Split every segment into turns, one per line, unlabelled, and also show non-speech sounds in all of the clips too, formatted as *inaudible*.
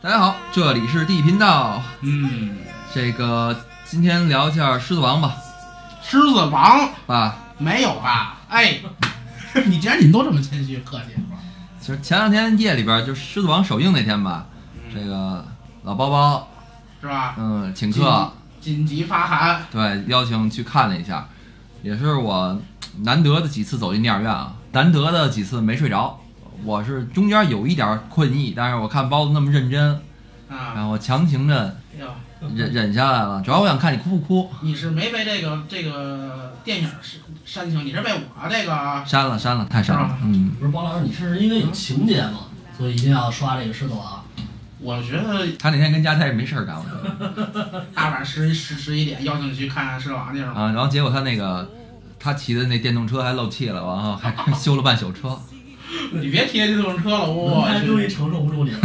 大家好，这里是地频道。嗯，这个今天聊一下《狮子王》吧，
狮子王
爸。
没有吧？哎，你既然你们都这么谦虚客气，
其实前两天夜里边，就《狮子王》首映那天吧，这个老包包，
是吧？
嗯，请客，
紧急发函，
对，邀请去看了一下，也是我难得的几次走进电影院啊，难得的几次没睡着。我是中间有一点困意，但是我看包子那么认真，然
啊，
后我强行的
哎呦，
*laughs* 忍忍下来了。主要我想看你哭不哭，
你是没被这个这个电影是煽情，你是被我这个
删了删了，太删了，嗯。
不是包老师，你是因为有情节嘛，所以一定要刷这个《啊狮子王
我觉得
他那天跟家他也没事儿干，我觉得
大晚十十十一点邀请你去看狮子王去是吧？
啊，然后结果他那个他骑的那电动车还漏气了，然后还 *laughs* 修了半宿车。
你别提这动车了，》，我
轮胎终于
去，
承受不住你了。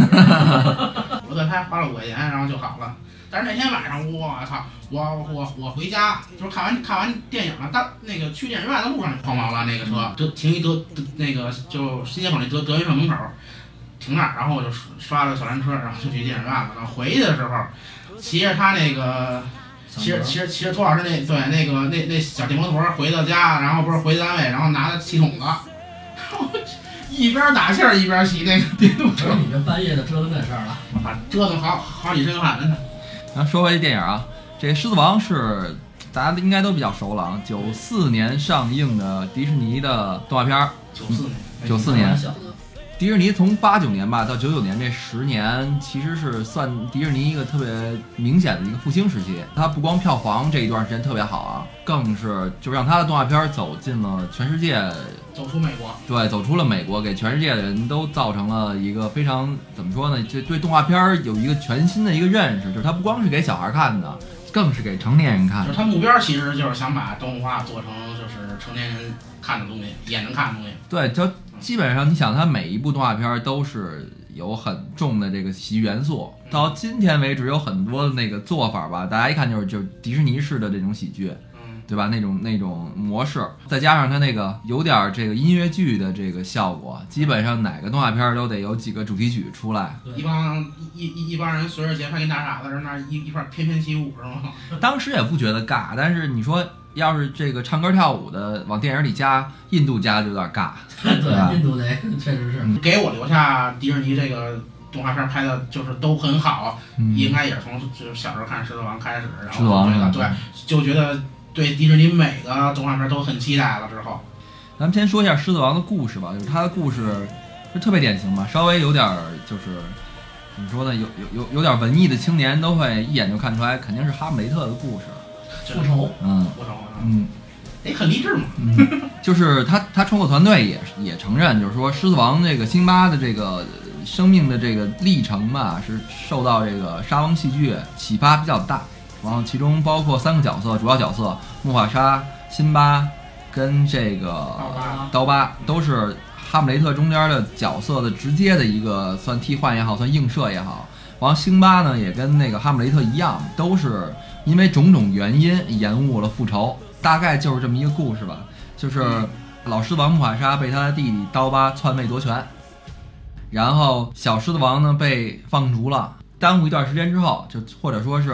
我在拍花了五块钱，然后就好了。但是那天晚上，我操，我我我回家就是看完看完电影了，当那个去电影院的路上就抛锚了，那个车就停一德德那个就新街口那德德云社门口停那儿，然后我就刷了小蓝车，然后就去电影院了。然后回去的时候，骑着他那个骑着骑着骑着托老师那对那个那那小电摩托回到家，然后不是回单位，然后拿着气筒子，然后 *laughs* 一边打气儿一边骑那个电动
不
车
是，你这半夜的折腾这事儿了，
啊折腾好好几身汗呢。
然后说回这电影啊，这《狮子王》是大家应该都比较熟了啊，九四年上映的迪士尼的动画片儿。
九四年，
九四年，
小
迪士尼从八九年吧到九九年这十年，其实是算迪士尼一个特别明显的一个复兴时期。它不光票房这一段时间特别好啊，更是就让它的动画片儿走进了全世界
走出美国，
对，走出了美国，给全世界的人都造成了一个非常怎么说呢？这对动画片儿有一个全新的一个认识，就是它不光是给小孩儿看的，更是给成年人看
就
的
是。他目标其实就是想把动画做成就是成年人看的东西，也能看的东西。
对，就基本上你想，它每一部动画片儿都是有很重的这个喜剧元素。到今天为止，有很多的那个做法吧，大家一看就是就是迪士尼式的这种喜剧，
嗯，
对吧？那种那种模式，再加上它那个有点儿这个音乐剧的这个效果，基本上哪个动画片儿都得有几个主题曲出来。
一帮一一一帮人随着节拍跟大傻子在那儿一一块儿翩翩起舞是吗？
当时也不觉得尬，但是你说要是这个唱歌跳舞的往电影里加印度加就有点尬。
对印度那个确实
嗯
是。
给我留下迪士尼这个动画片拍的就是都很好，应该也是从就是小时候看《狮子王》开始，然
嗯狮子
后
王啊
就觉得
是吧
对，就觉得对迪士尼每个动画片都很期待了。之后，
咱们先说一下《狮子王》的故事吧，就是它的故事就特别典型嘛，稍微有点儿就是怎么说呢，有有有有点文艺的青年都会一眼就看出来，肯定是哈姆雷特的故事。
复仇，
嗯
不成了，
嗯，
哎，很励志嘛。
嗯，就是他他创作团队也也承认，就是说《狮子王》这个辛巴的这个呃生命的这个历程吧，是受到这个沙翁戏剧启发比较大。然后其中包括三个角色，主要角色木法沙、辛巴跟这个
刀疤
刀疤都是哈姆雷特中间的角色的直接的一个算替换也好，算映射也好。然后辛巴呢也跟那个哈姆雷特一样，都是因为种种原因延误了复仇，大概就是这么一个故事吧。就是老狮子王木法沙被他的弟弟刀疤篡位夺权，然后小狮子王呢被放逐了，耽误一段时间之后，就或者说是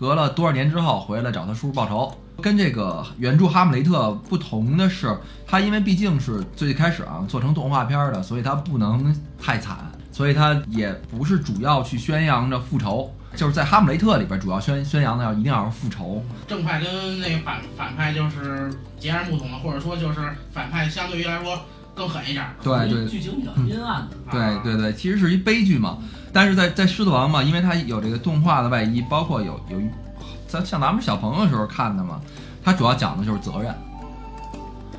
隔了多少年之后回来找他叔叔报仇。跟这个原著《哈姆雷特》不同的是，他因为毕竟是最开始啊做成动画片儿的，所以他不能太惨，所以他也不是主要去宣扬着复仇，就是在《哈姆雷特》里边主要宣宣扬的要一定要是复仇。
正派跟那个反反派就是截然不同的，或者说就是反派相对于来说更狠一点儿。
对对
剧情比较阴暗的，
对
啊
对对，其实是一悲剧嘛。但是在在《狮子王》嘛，因为它有这个动画的外衣，包括有有一，咱像咱们小朋友时候看的嘛，它主要讲的就是责任。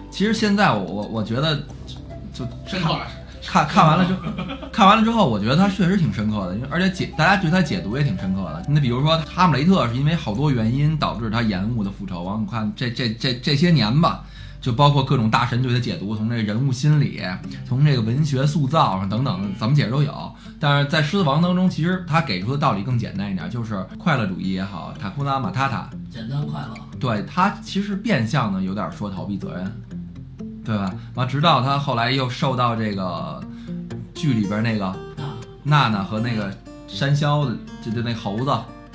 其实现在我我我觉得就
深刻了，
看看完了之后，看完了之后，我觉得它确实挺深刻的，因为而且解大家对它解读也挺深刻的。那比如说《哈姆雷特》是因为好多原因导致他延误的复仇，完我看这这这这些年吧，就包括各种大神对他解读，从这人物心理，从这个文学塑造上等等，怎么解释都有。但是在《狮子王》当中，其实他给出的道理更简单一点，就是快乐主义也好，塔库纳马塔塔，
简单快乐。啊
对他其实变相的有点说逃避责任，对吧？完，直到他后来又受到这个剧里边那个
啊，
娜娜和那个山魈的，就就那猴子，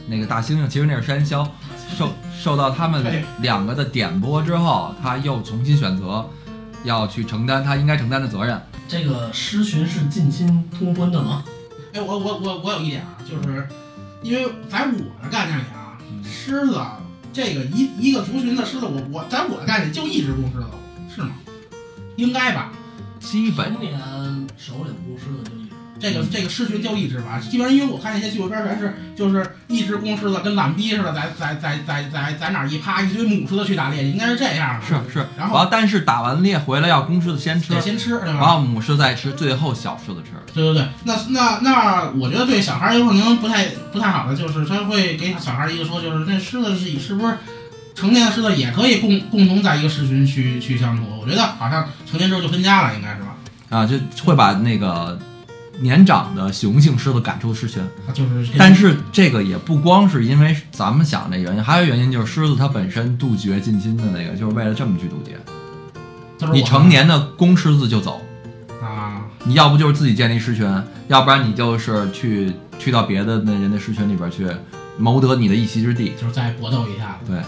那个大猩猩，其实那是山魈，受受到他们
对
两个的点拨之后，他又重新选择要去承担他应该承担的责任。
这个狮群是近亲通婚的吗？
哎，我我我我有一点啊，就是因为在我的概念里啊，
嗯
狮子啊这个一一个族群的狮子，我我在我的概念里就一只公狮子，是吗？应该吧，
基本
成年首领公狮子就一人，
这
嗯
个这个狮群就一只吧，基本上因为我看那些纪录片全是就是一只公狮子跟懒逼似的，在在在在在在哪儿一趴，一堆母狮子去打猎，应该是这样的。
是是，
然后
完但是打完猎回来要公狮子先吃
得，先吃，对吧？
然后母狮子再吃，最后小狮子吃。
对对对，那那那，我觉得对小孩儿有可能不太不太好的，就是他会给小孩儿一个说，就是这狮子是是不是成年的狮子也可以共共同在一个狮群去去相处？我觉得好像成年之后就分家了，应该是吧？
啊，就会把那个年长的雄性狮子赶出狮群。
啊就是这
但是这个也不光是因为咱们想这原因，还有原因就是狮子它本身杜绝近亲的那个，就是为了这么去杜绝。
就是我
你成年的公狮子就走，
啊，
你要不就是自己建立狮群，要不然你就是去去到别的那人的狮群里边去谋得你的一席之地。
就是再搏斗一下子。
对，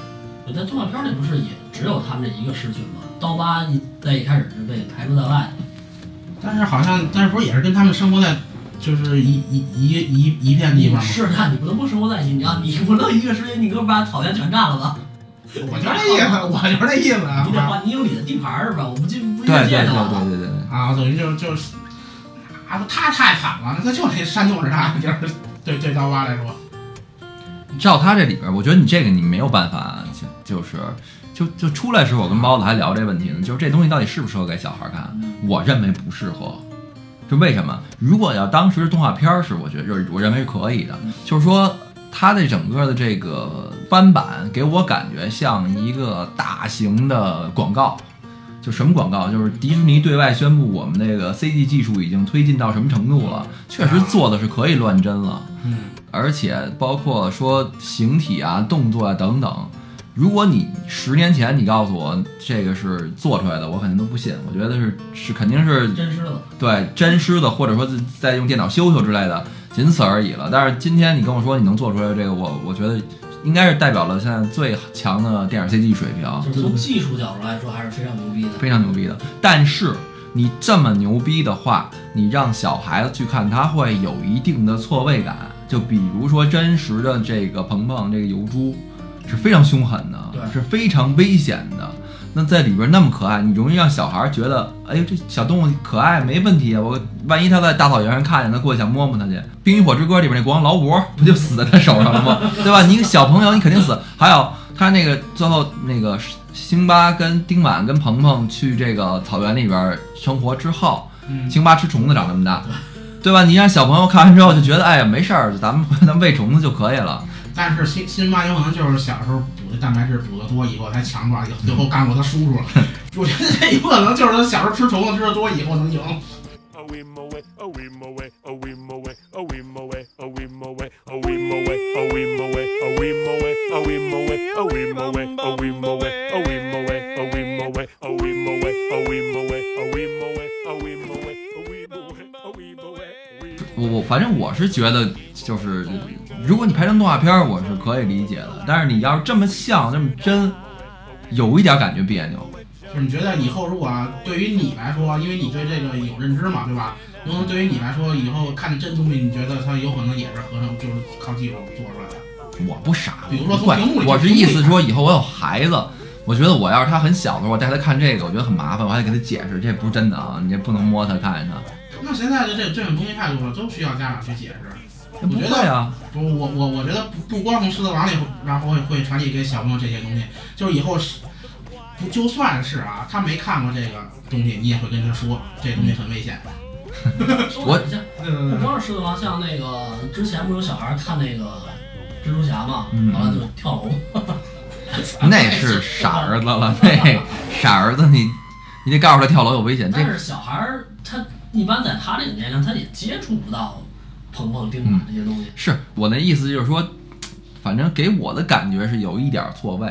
我在动画片里不是也只有他们这一个狮群吗？刀疤一在一开始是被排除在外的，
但是好像，但是不是也是跟他们生活在就是一一一一一片地方吗？
是啊，你不能不生活在一起，你要你不能一个狮群，你给我把草原全占了吧？
*laughs* 我就是那意思，我就是那意思啊
你得换，你有你的地盘儿是吧？我不进不
对对
越界
对
的
对
吧？
对对对。
啊，等于就是就是啊，他太惨了，那就这山洞是他的地儿，对对刀疤来说。
照他这里边，我觉得你这个你没有办法，就就是就就出来时候，我跟包子还聊这问题呢，就是这东西到底适不适合给小孩看？我认为不适合，就为什么？如果要当时动画片儿是，我觉得就是我认为是可以的，就是说它的整个的这个翻版给我感觉像一个大型的广告。就什么广告？就是迪士尼对外宣布我们这个 CG 技术已经推进到什么程度了，确实做的是可以乱真了。
嗯，
而且包括说形体啊、动作啊等等。如果你十年前你告诉我这个是做出来的，我肯定都不信。我觉得是是肯定是
真狮子，
对真狮的，或者说再用电脑修修之类的，仅此而已了。但是今天你跟我说你能做出来这个，我我觉得应该是代表了现在最强的电影 CG 水平，
就是从技术角度来说还是非常牛逼的。
非常牛逼的。但是你这么牛逼的话，你让小孩子去看，他会有一定的错位感。就比如说真实的这个鹏鹏这个油猪，是非常凶狠的，
对
是非常危险的。那在里边那么可爱，你容易让小孩觉得，哎呦，这小动物可爱没问题啊。我万一他在大草原上看见，他过去想摸摸它去。《冰与火之歌》里边那国王劳勃 *laughs* 不就死在他手上了吗？对吧？你小朋友你肯定死。还有他那个最后那个辛巴跟丁满跟鹏鹏去这个草原里边生活之后，
嗯
辛巴吃虫子长这么大，对吧？你让小朋友看完之后就觉得，哎呀，没事儿，咱们 *laughs* 咱们喂虫子就可以了。
但是辛辛巴有可能就是小时候补的蛋白质补的多，以后才强壮，以后最后干过他叔叔了。我觉得这有可能就是他小时候吃虫子吃的多，以后能赢。
A weem away, a weem away, a weem away, a weem away, a weem away, a weem away, a weem away, a weem away, a weem away, a weem away, a weem away, a weem away, a weem away, a weem away, a weem away, a weem away, a weem away, a weem away, a weem away, a weem away.
我我反正我是觉得，就是如果你拍成动画片，儿，我是可以理解的。但是你要是这么像这么真，有一点感觉别扭。
就是你觉得以后如果啊对于你来说，因为你对这个有认知嘛，对吧？有可能对于你来说，以后看真东西，你觉得它有可能也是合成，就是靠技术做出来的。
我不傻，
比如说从
怪
屏幕里
我是
屏幕
意
里
思说，以后我有孩子，我觉得我要是他很小的时候，我带他看这个，我觉得很麻烦，我还得给他解释，这不是真的啊，你这不能摸他看他。
那现在的这这种东西太多了，都需要家长去解释。
那不会啊，
不是我我我觉得不不光从狮子王里，然后会会传递给小朋友这些东西，就是以后是不就算是啊，他没看过这个东西，你也会跟他说这东西很危险。嗯
我嗯
像不光是狮子王，像那个之前不是有小孩看那个蜘蛛侠嘛，
嗯
完了就跳楼。
那是傻儿子了，
*laughs*
那傻儿子你你得告诉他跳楼有危险，这
但是小孩儿他一般在他这个年龄，他也接触不到碰碰钉
嗯
板这些东西。
是我那意思就是说，反正给我的感觉是有一点错位，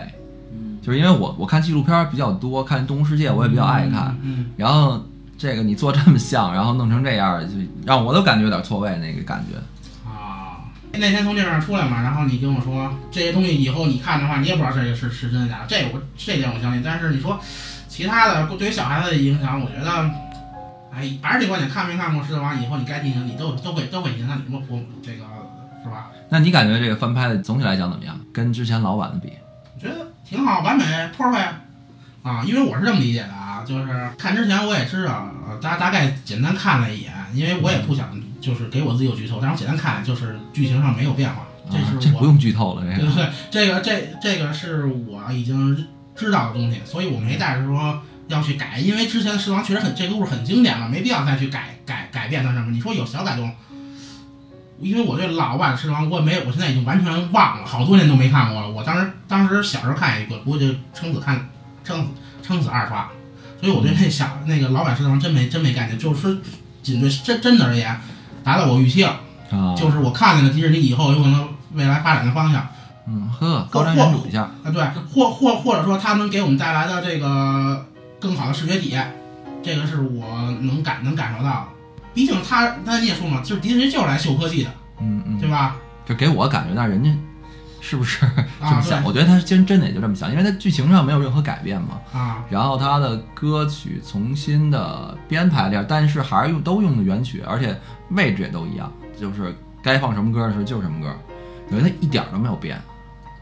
嗯，
就是因为我我看纪录片儿比较多，看《动物世界》我也比较爱看，
嗯，
然后这个你做这么像，然后弄成这样，就让我都感觉有点错位那个感觉。
嗯啊。那天从这边出来嘛，然后你跟我说这些东西以后你看的话，你也不知道这个是是真的假的，这我这点我相信。但是你说其他的对于小孩子的影响，我觉得，哎，还是这观点，看没看过《狮子王》，以后你该进行你都都会都会影响你什么父母这个是吧？
那你感觉这个翻拍的总体来讲怎么样？跟之前老版的比，
我觉得挺好，完美破坏啊！因为我是这么理解的啊，就是看之前我也知道，呃大大概简单看了一眼，因为我也不想就是给我自己有剧透，但是我简单看就是剧情上没有变化，这
啊、
是
这
我、
不用剧透了， *laughs* 这
对
个
对，这个这这个是我已经知道的东西，所以我没带着说要去改，因为之前的狮王确实很这个故事很经典了，没必要再去改改改变它什么。你说有小改动，因为我对老版的狮王我也没有，我现在已经完全忘了，好多年都没看过了。我当时当时小时候看一个，估计撑死看撑死撑死二刷，所以我对那小那个老版狮王真没真没概念，就是仅对真真的而言，达到我预期了，
啊，
就是我看见了迪士尼以后有可能未来发展的方向。
嗯呵，高瞻远瞩一下，
啊，对，或或或者说它能给我们带来的这个更好的视觉体验，这个是我能感能感受到的。毕竟他他你也说嘛，就是迪士尼就是来秀科技的，
嗯
对
嗯，
吧？
就给我感觉，但是人家是不是这
啊，
么想？
对
我觉得他真真的也就这么想，因为他剧情上没有任何改变嘛。
啊，
然后他的歌曲重新的编排了一下，但是还是用都用的原曲，而且位置也都一样，就是该放什么歌的时候就是什么歌，等于它一点儿都没有变。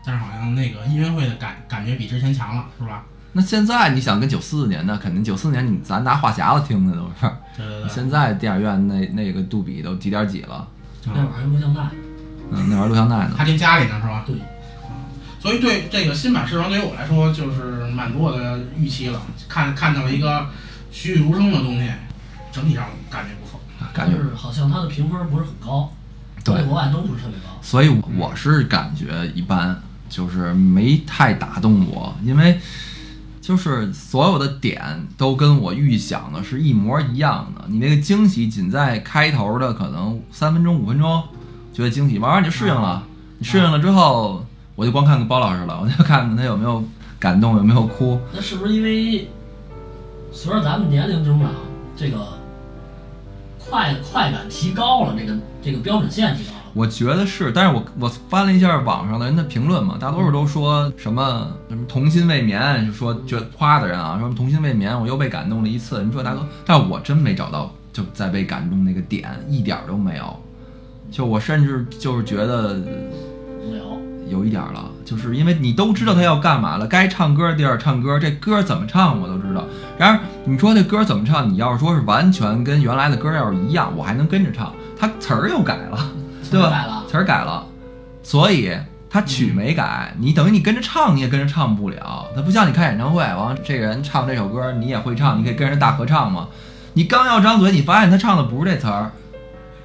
但是好像那个音乐会的感感觉比之前强了，是吧？
那现在你想跟九四年的，肯定九四年你咱拿话匣子听的都是，
对对对，
现在电影院那那个杜比都几点几了？
那
嗯
会儿还录像带，
嗯，那玩意儿录像带呢。
还跟家里呢，是吧？
对
啊。所以对这个新版《狮王》对于我来说就是满足我的预期了，看看到了一个栩栩如生的东西，整体上感觉不错。
感觉
但是好像他的评分不是很高，
对
在国外都不是特别高。
所以我是感觉一般，就是没太打动我，因为就是所有的点都跟我预想的是一模一样的。你那个惊喜仅在开头的可能三分钟、五分钟觉得惊喜，慢慢你就适应了。你适应了之后，我就光看包老师了，我就看看他有没有感动，有没有哭。
那是不是因为随着咱们年龄增长，这个快快感提高了，这个这个标准线提高了？
我觉得是，但是我我翻了一下网上的人的评论嘛，大多数都说什么什么童心未眠，就说觉得夸的人啊，说什么童心未眠，我又被感动了一次。你说大哥，但我真没找到就在被感动那个点，一点儿都没有。就我甚至就是觉得
无聊，
有一点儿了，就是因为你都知道他要干嘛了，该唱歌的地儿唱歌，这歌怎么唱我都知道。然而你说这歌怎么唱，你要是说是完全跟原来的歌要是一样，我还能跟着唱，他词儿又改了，对吧？
改了
词儿改了，所以他曲没改，你等于你跟着唱，你也跟着唱不了。他不像你看演唱会，完了这个人唱这首歌，你也会唱，你可以跟人大合唱嘛。你刚要张嘴，你发现他唱的不是这词儿，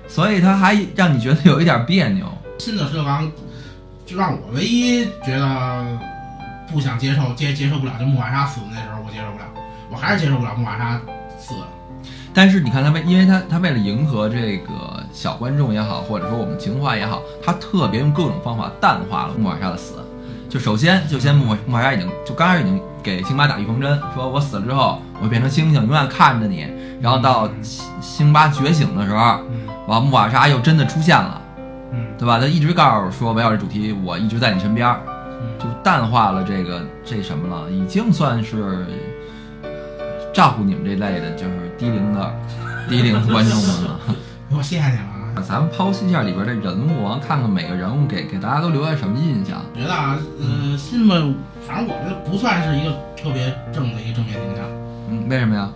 所以他还让你觉得有一点别扭。
新的车王，就让我唯一觉得不想接受、接接受不了，就木瓦沙死的那时候，我接受不了，我还是接受不了木瓦沙死。
但是你看他为，因为他他为了迎合这个小观众也好，或者说我们情怀也好，他特别用各种方法淡化了木瓦沙的死。就首先就先木瓦木瓦沙已经就刚开始已经给辛巴打预防针，说我死了之后我会变成星星，永远看着你。然后到辛辛巴觉醒的时候，
嗯
完木瓦沙又真的出现了，
嗯
对吧？他一直告诉说围绕这主题，我一直在你身边儿，
嗯
就淡化了这个这什么了，已经算是呃照顾你们这类的，就是低龄的低龄观众们了。 *laughs*
我谢谢你们啊！
咱们剖析一下里边这人物，完看看每个人物给给大家都留下什么印象。
我觉得啊，呃，新吧，反正我觉得不算是一个特别正的一个正面形象，
嗯，为什么呀？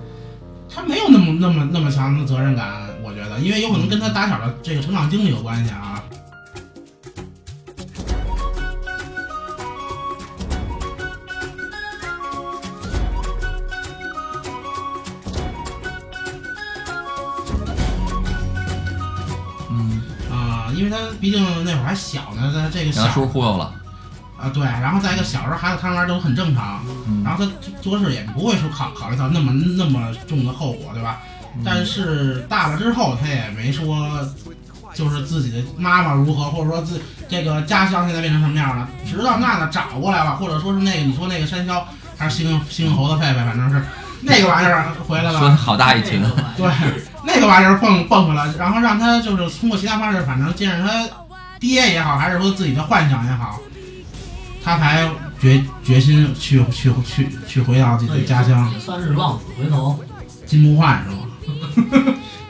他没有那么那么那么强的责任感，我觉得，因为有可能跟他打小的这个成长经历有关系啊。
嗯
啊因为他毕竟那会儿还小呢，他这个小
让叔忽悠了，
啊，对，然后再一个小时候孩子贪玩都很正常，
嗯
然后他做事也不会说考考虑到那么那么重的后果，对吧？但是大了之后，他也没说，就是自己的妈妈如何，或者说自这个家乡现在变成什么样了。直到娜娜找过来了，或者说是那个你说那个山魈还是猩猩猴子狒狒，反正是那个玩意儿回来
说
了。
好大一群， *laughs*
对，那个玩意儿蹦蹦回来，然后让他就是通过其他方式，反正见着他爹也好，还是说自己的幻想也好，他才决决心去去去去回到自己的家乡
也算是浪子回头。
金不换是吗？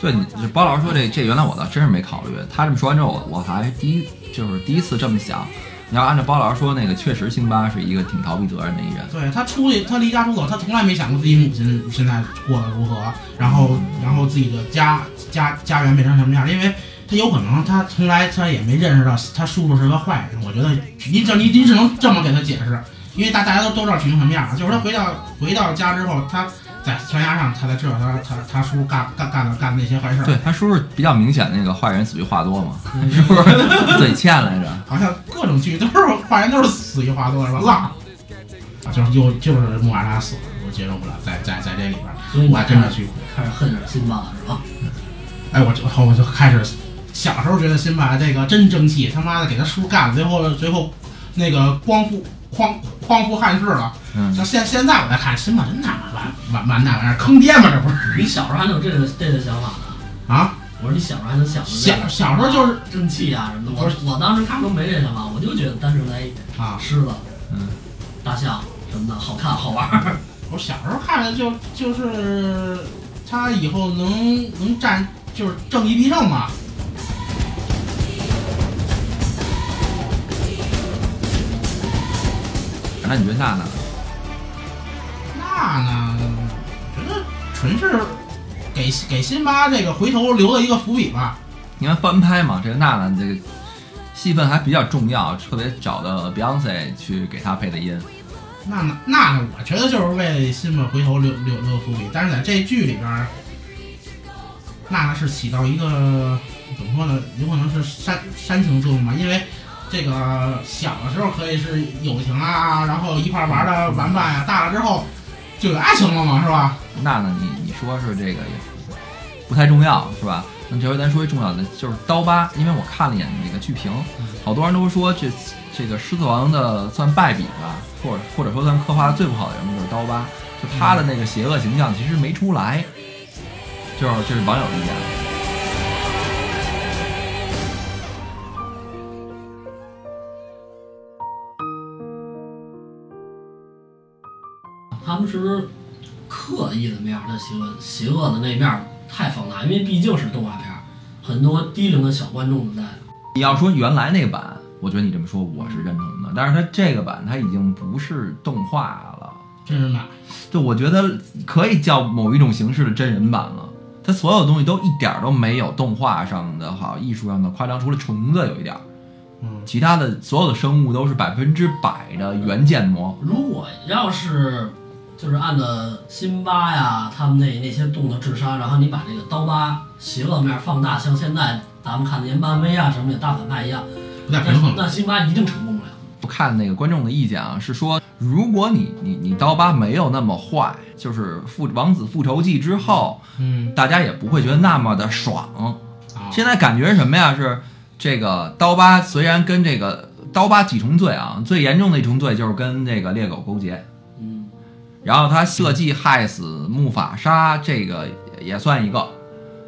对，你这包老师说这这原来我倒真是没考虑，他这么说完之后，我我还第一就是第一次这么想。你要按照包老师说那个，确实辛巴是一个挺逃避责任的一人。
对他出去，他离家出走，他从来没想过自己母亲现在过得如何，然后然后自己的家家家园变成什么样，因为他有可能他从来他也没认识到他叔叔是个坏人。我觉得你只你你只能这么给他解释，因为大大家都都知道群雄什么样了，就是他回到回到家之后，他在悬崖上他才知道他他他叔干干干的干的那些坏事儿。
*laughs* 对他叔是比较明显的那个坏人死于话多嘛， *laughs* 是不是嘴欠来着？
好像各种剧都是坏人都是死于话多是吧？浪，啊就是又就是穆阿拉死了，我接受不了，在在在这里边儿，
所以你
我还真的去
开始恨上辛巴是吧？
哎，我就后我就开始，小时候觉得辛巴这个真争气，他妈的给他叔干了，最后最后那个光复匡匡复汉室了。
嗯，
像现现在我再看辛巴真他妈完完完蛋玩意儿，坑爹嘛这不是
你小时候还能有这个这个想法呢？
啊？
我说你小时候还能想着这
小
个
小时候就是
争气啊什么的。
不
我
是
我当时看都没这想法，我就觉得单纯来
啊，
狮子、
嗯，
大象什么的好看好玩儿。
我小时候看着就就是他以后能能占就是正义必胜嘛。
那你觉得娜娜？
那呢，我觉得纯是给给辛巴这个回头留了一个伏笔吧。
你看翻拍嘛，这个娜娜这个戏份还比较重要，特别找的 Beyonce 去给她配的音。
那呢那呢，我觉得就是为辛巴回头留留留伏笔，但是在这剧里边儿，娜娜是起到一个怎么说呢？有可能是煽煽情作用吧，因为这个小的时候可以是友情啊，然后一块儿玩的玩伴呀、大了之后就有爱情了嘛，是吧？
娜娜，你你说是这个也不太重要是吧？那这回咱说一重要的，就是刀疤，因为我看了一眼那个剧评，好多人都说这这个《狮子王》的算败笔吧，或者或者说算刻画的最不好的人物就是刀疤，就他的那个邪恶形象其实没出来，就是这是网友意见。
他们是不是刻意的面儿，那邪恶邪恶的那面儿太放大？因为毕竟是动画片儿，很多低龄的小观众在
你要说原来那个版，我觉得你这么说我是认同的，但是它这个版它已经不是动画了，
真是的，
就我觉得可以叫某一种形式的真人版了。它所有东西都一点儿都没有动画上的好、艺术上的夸张，除了虫子有一点儿，
嗯，
其他的所有的生物都是百分之百的原建模。
如果要是就是按照辛巴呀他们那那些动的智商，然后你把这个刀疤邪恶面放大，像现在咱们看那些漫威啊什么的大反派一样，
不太
那
平衡。
那辛巴一定成功不了。
不看那个观众的意见啊，是说如果你你你刀疤没有那么坏，就是复王子复仇记之后，
嗯，
大家也不会觉得那么的爽。
啊，
现在感觉是什么呀？是这个刀疤虽然跟这个刀疤几重罪啊，最严重的一重罪就是跟这个猎狗勾结，
嗯，
然后他设计害死木法沙，这个也算一个。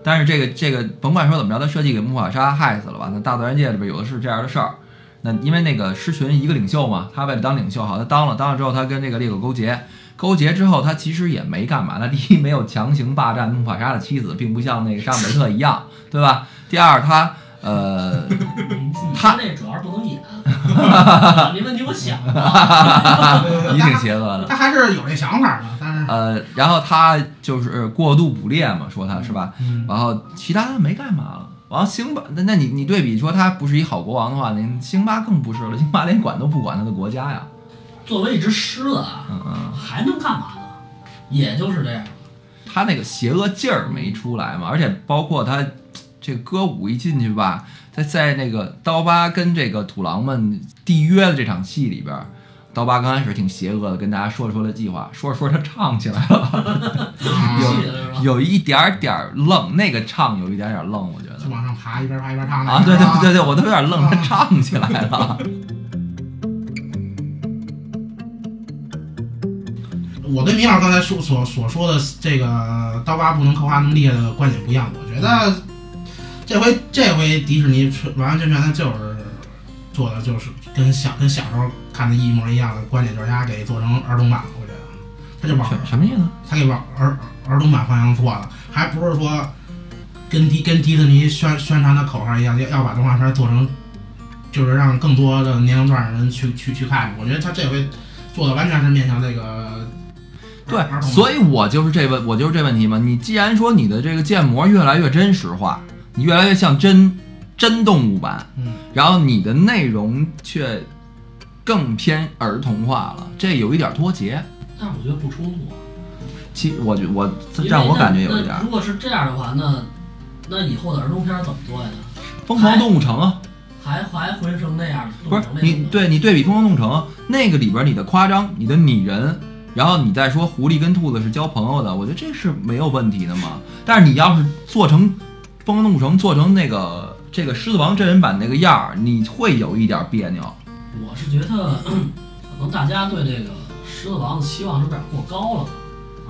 但是这个这个甭管说怎么着，他设计给木法沙害死了吧？那大自然界里边有的是这样的事儿。那因为那个狮群一个领袖嘛，他为了当领袖，好，他当了，当了之后他跟这个猎狗勾结，勾结之后他其实也没干嘛。他第一没有强行霸占木法沙的妻子，并不像那个沙姆雷特一样，对吧？第二他呃
他那主要是不能演，你问题我想了，
也挺邪恶的，
他还是有这想法的，但是
呃，然后他就是过度捕猎嘛，说他是吧？
嗯
然后其他的没干嘛了。然后辛巴，那那你你对比说他不是一好国王的话，那辛巴更不是了。辛巴连管都不管他的国家呀，
作为一只狮子啊，
嗯嗯，
还能干嘛呢？也就是这样。
他那个邪恶劲儿没出来嘛，而且包括他这个歌舞一进去吧，在在那个刀疤跟这个土狼们缔约的这场戏里边，刀疤刚开始挺邪恶的，跟大家说着说着计划，说着说着唱起来 *laughs* 了，
有戏了是吧？
有一点点愣，那个唱有一点点愣，我觉
就
得
往上爬，一边爬一边唱那
啊，
个
对
是吧
对对对，我都有点 *laughs* 愣，他
啊
唱起来了，
我跟米老师刚才说所所说的这个刀疤不能刻画那么厉害的观点不一样，我觉得这回这回迪士尼完完全全的就是做的就是跟小跟小时候看的一模一样的观点，就是他给做成儿童版了，我觉得他就往
什什么意思？
他给往儿儿童版方向做了，还不是说跟迪跟迪士尼宣宣传的口号一样，要要把动画片做成，就是让更多的年龄段的人去去去看。我觉得他这回做的完全是面向这个
对
儿童，
所以我就是这问，我就是这问题嘛。你既然说你的这个建模越来越真实化，你越来越像真真动物版，
嗯，
然后你的内容却更偏儿童化了，这有一点脱节。
但是我觉得不冲突啊。
其我觉我
因为
让我
那
感觉有一点
那如果是这样的话，那那以后的儿童片儿怎么做呀？
《疯狂动物城》啊，
还还回成那样？
不
弄
是
成那种
你对你对比《疯狂动物城》那个里边你的夸张，你的拟人。然后你再说狐狸跟兔子是交朋友的，我觉得这是没有问题的嘛。但是你要是做成《疯狂动物城》，做成那个这个《狮子王》真人版那个样儿，你会有一点别扭。
我是觉得，可能大家对这个《狮子王》的期望是有点过高了，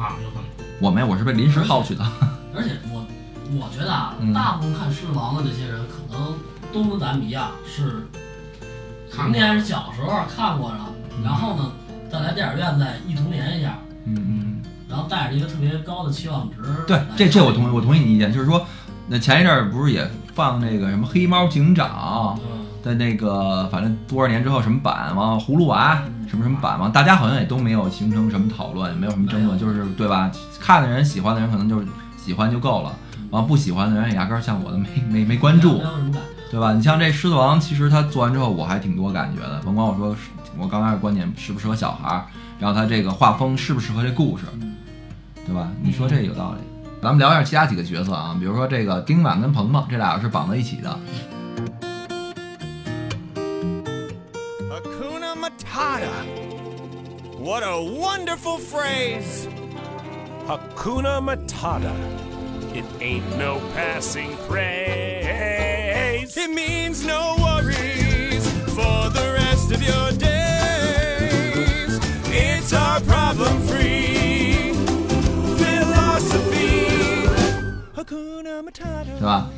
啊，有可能。
我没有，我是被临时薅去的。 *laughs*
而且我我觉得啊，
嗯
大部分看《狮子王》的这些人，可能都跟咱们一样是，
看过
童年是小时候看过了，然后呢，再来电影院再忆童年一下，
嗯嗯。
然后带着一个特别高的期望值来看。
对，这这我同意，我同意你意见，就是说，那前一阵儿不是也放那个什么《黑猫警长
嗯，》
的那个，反正多少年之后什么版嘛，《葫芦娃》
嗯
什么什么版嘛，大家好像也都没有形成什么讨论，也没有什么争论，就是对吧？看的人喜欢的人可能就是喜欢就够了，完了不喜欢的人也压根儿像我的没没没关注
嗯没，有什么感
对吧？你像这《狮子王》，其实它做完之后我还挺多感觉的，甭管我说是我刚开始观点适不适合小孩儿，然后它这个画风适不适合这故事，
嗯
对吧？你说这有道理。咱们聊一下其他几个角色啊，比如说这个丁满跟鹏鹏，这俩是绑在一起的，
Hakuna Matata. What a wonderful phrase.
Hakuna Matata. It ain't no passing craze.
It means no worries for the rest of your days. It's our problem free philosophy. Hakuna Matata.
对吧？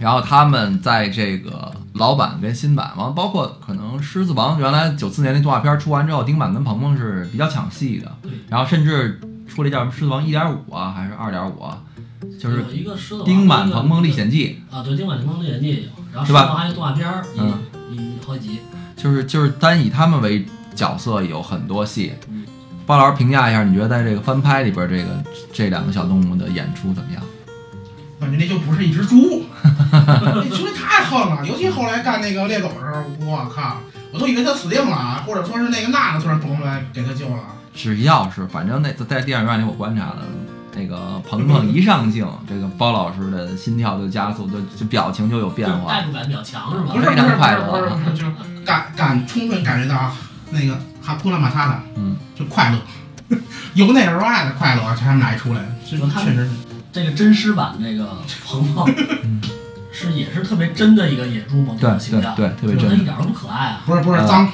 然后他们在这个老版跟新版，完了包括可能《狮子王》原来九四年那动画片出完之后，丁满跟鹏鹏是比较抢戏的，然后甚至出了一叫什么《狮子王》一点五啊，还是二点五啊，就
觉。
是
有一个《狮子王》
丁满
一个
鹏鹏历险记，
啊，对，《丁满鹏历险记》也有，然后《狮子
是吧
王》还有动画片儿，
嗯
一一好几集。
就是就是单以他们为角色有很多戏。包老师评价一下，你觉得在这个翻拍里边，这个这两个小动物的演出怎么样？
感觉那就不是一只猪，那 *laughs* 兄弟太横了，尤其后来干那个猎狗的时候，我靠，我都以为他死定了啊，或者说是那个娜娜突然蹦出来给他救了，啊
只要是反正那在电影院里我观察的，那个鹏鹏一上镜，这个包老师的心跳就加速，就就表情就有变
就是
化
代。入感比较强是吧？
不是
非
不
常
是不
快啊
是
乐
不是不是，就是感感充分感觉到啊那个哈库拉马塔的，
嗯，
就快乐， *laughs* 由内而外的快乐，啊他们俩一出来，这
就他们
确实是，
这个真狮版这个
*laughs*
鹏鹏，是也是特别真的一个野猪嘛，这
嗯对
种形
对
象，
对，特别
就是它一
真。
点都不可爱啊，
不是不是
嗯
脏，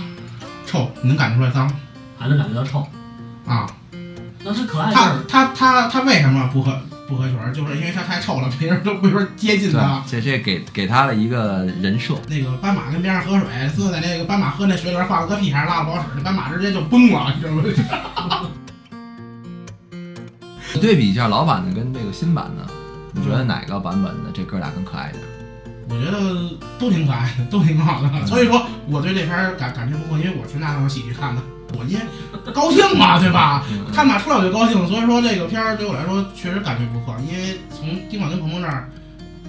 臭，你能感觉出来脏
还能感觉到臭。
啊？
那是可爱劲
他
儿，
他他他为什么不合不合群儿？就是因为他太臭了，别人都没法接近
对
他，。
这这给给他了一个人设，
那个斑马跟边上喝水，最后在那个斑马喝那水里边放了个屁，还是拉了泡屎，那斑马直接就崩了，你知道吗？
你对比一下老版的跟这个新版的，你觉得哪个版本的这哥俩更可爱一点？
我觉得都挺可爱的，都挺好
嗯
的。所以说我对这片儿感感觉不错，因为我是那场喜剧看的，我因为高兴
*laughs*
嘛，对吧？
嗯
看马出来我就高兴，所以说这个片儿对我来说确实感觉不错，因为从丁满跟鹏鹏这儿，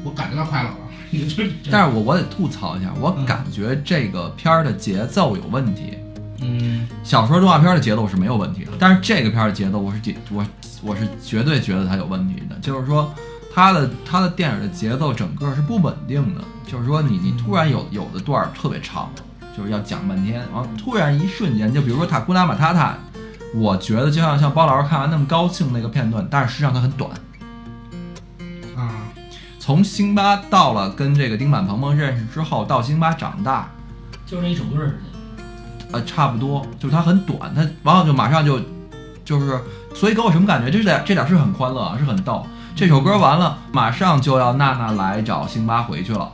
我感觉到快乐了。 *laughs* 你这
但是我我得吐槽一下，我
嗯
感觉这个片儿的节奏有问题。
嗯，
小时候动画片的节奏是没有问题的，但是这个片儿的节奏我是觉我我是绝对觉得它有问题的，就是说。他的他的电影的节奏整个是不稳定的，就是说你你突然有有的段儿特别长，就是要讲半天，然后突然一瞬间，就比如说《塔库纳马塔塔》，我觉得就像像包老师看完那么高兴那个片段，但是实际上它很短。
啊，
从辛巴到了跟这个丁满鹏鹏认识之后，到辛巴长大，
就这一首歌儿似的。
呃，差不多，就是它很短，它完了就马上就，就是，所以给我什么感觉？这点这点是很欢乐，啊是很逗。这首歌完了，马上就要娜娜来找辛巴回去了，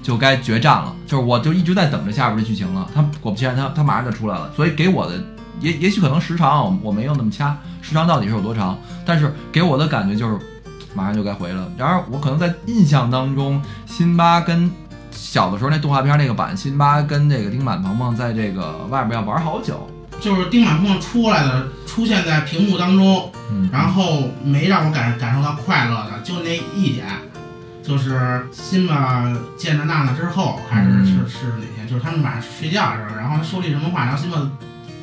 就该决战了。就是我就一直在等着下边的剧情了，他果不其然，他他马上就出来了。所以给我的也也许可能时长啊我我没有那么掐，时长到底是有多长？但是给我的感觉就是马上就该回了。然而我可能在印象当中，辛巴跟小的时候那动画片那个版，辛巴跟这个丁满鹏鹏在这个外边要玩好久。
就是丁满鹏出来的，出现在屏幕当中，
嗯，
然后没让我感感受到快乐的，就那一点，就是辛巴见着娜娜之后，还是、
嗯
是是哪天，就是他们晚上睡觉的时候，然后他说了一什么话，然后辛巴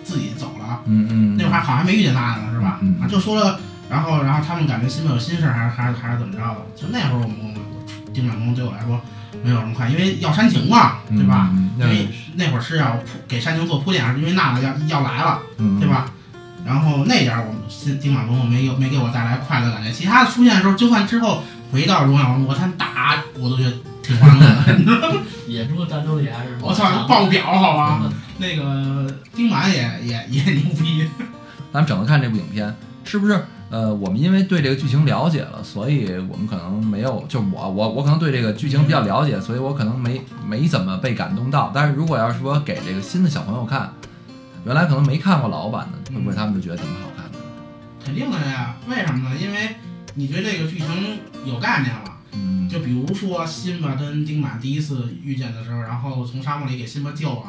自己走了，
嗯嗯，
那会儿好像还没遇见娜娜呢，是吧？
嗯
啊，就说了，然后然后他们感觉辛巴有心事儿，还是还是还是怎么着的？就那会儿我们我丁满鹏对我来说没有什么快，因为要煽情嘛，对吧？
嗯？嗯
因为
嗯
那会儿是要铺给煽情做铺垫，因为娜娜要要来了，
嗯，
对吧？然后那点儿我们是金马龙，我没有没给我带来快乐感觉。其他的出现的时候，就算之后回到荣耀王国，他打我都觉得挺欢乐
*laughs*
的。
野猪战斗力还是
我操，爆表好吧？
嗯
那个丁满也也也牛逼，
咱们整个看这部影片，是不是？呃，我们因为对这个剧情了解了，所以我们可能没有，就我我我可能对这个剧情比较了解，所以我可能没
嗯
没怎么被感动到。但是如果要是说给这个新的小朋友看，原来可能没看过老版
嗯
的，会不会他们就觉得挺好看的？
肯定的呀。为什么呢？因为你对这个剧情有概念了。
嗯，
就比如说辛巴跟丁满第一次遇见的时候，然后从沙漠里给辛巴救了。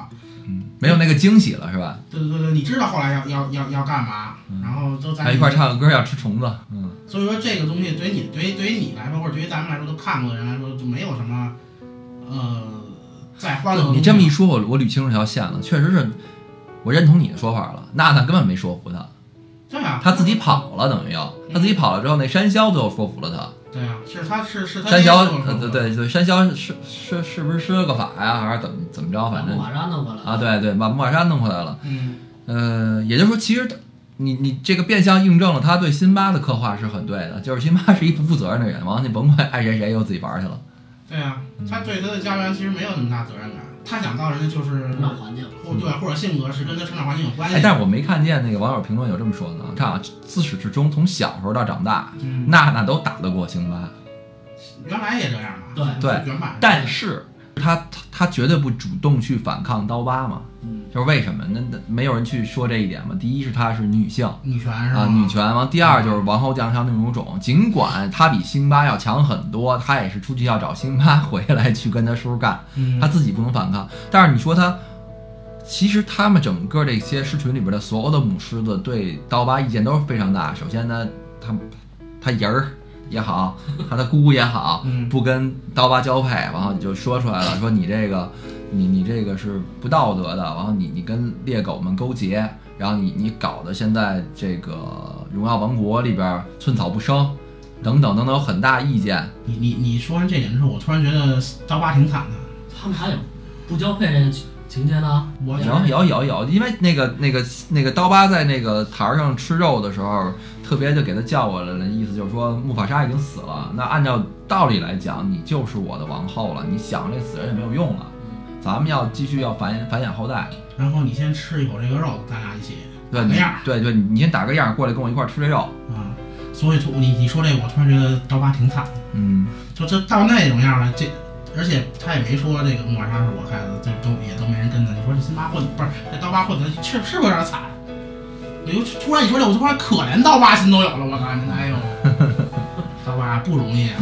嗯没有那个惊喜了，是吧？
对对对对，你知道后来要要要要干嘛，然后都在
嗯还一块儿唱个歌，要吃虫子，嗯。
所以说这个东西对于你对于对于你来说，或者对于咱们来说，都看过的人来说，就没有什么，呃，再欢乐的东西。
你这么一说，我我捋清楚这条线了，确实是，我认同你的说法了。娜娜根本没说服他，
对啊，
他自己跑了，等于要他自己跑了之后，那山魈最后说服了他。
对啊，是他是是他
山魈，
爹做
呃
的
对对对，山魈是是是不是施了个法呀，还是怎么怎么着？反正
马扎弄过来
啊，，对对，把木瓦山弄回来了。
嗯，
呃，也就是说，其实你你这个变相印证了他对辛巴的刻画是很对的，就是辛巴是一不负责任的人，完了你甭管爱谁谁，又自己玩去了。
对啊，他对他的家园其实没有那么大责任感，他想到人家就是
成长环境。
或对或者性格是跟他成长环境有关系
嗯哎，。但是我没看见那个网友评论有这么说的。看啊，自始至终，从小时候到长大，
嗯，
娜娜都打得过辛巴，
原来也这样嘛，
对
对
原版。
但是她她她绝对不主动去反抗刀疤嘛，
嗯，
就是为什么？那那没有人去说这一点嘛。第一是她是女性
女权是吧？
啊，女权。完，第二就是王侯将相宁有种，尽管她比辛巴要强很多，她也是出去要找辛巴回来去跟他叔干，
嗯，
他自己不能反抗。但是你说他，其实他们整个这些狮群里边的所有的母狮子对刀疤意见都是非常大。首先呢，他他爷儿也好，他的姑也好
嗯，
不跟刀疤交配，然后你就说出来了，说你这个你你这个是不道德的，然后你你跟猎狗们勾结，然后你你搞得现在这个荣耀王国里边寸草不生。等等等等，有很大意见，
你你你说完这点之后，我突然觉得刀疤挺惨的。
他们还有不交配这个情节呢？
我
也
有有有有，因为那个那个那个刀疤在那个台儿上吃肉的时候，特别就给他叫过来了，意思就是说木法沙已经死了。那按照道理来讲，你就是我的王后了，你想这死人也没有用了。咱们要继续要繁衍繁衍后代，
然后你先吃一口这个肉，咱俩一起
对，
怎么
你
样？
对对，你先打个样儿过来跟我一块儿吃这肉。
啊，所以说你你说这个，我突然觉得刀疤挺惨的，
嗯，
就这到那种样了，这而且他也没说这个木板沙是我开的，就都也都没人跟他。你说这辛巴混不是这刀疤混的，是是不是有点惨？我就突然一说这，我突然可怜刀疤心都有了，我感觉哎
*laughs*
呦，刀疤不容易啊，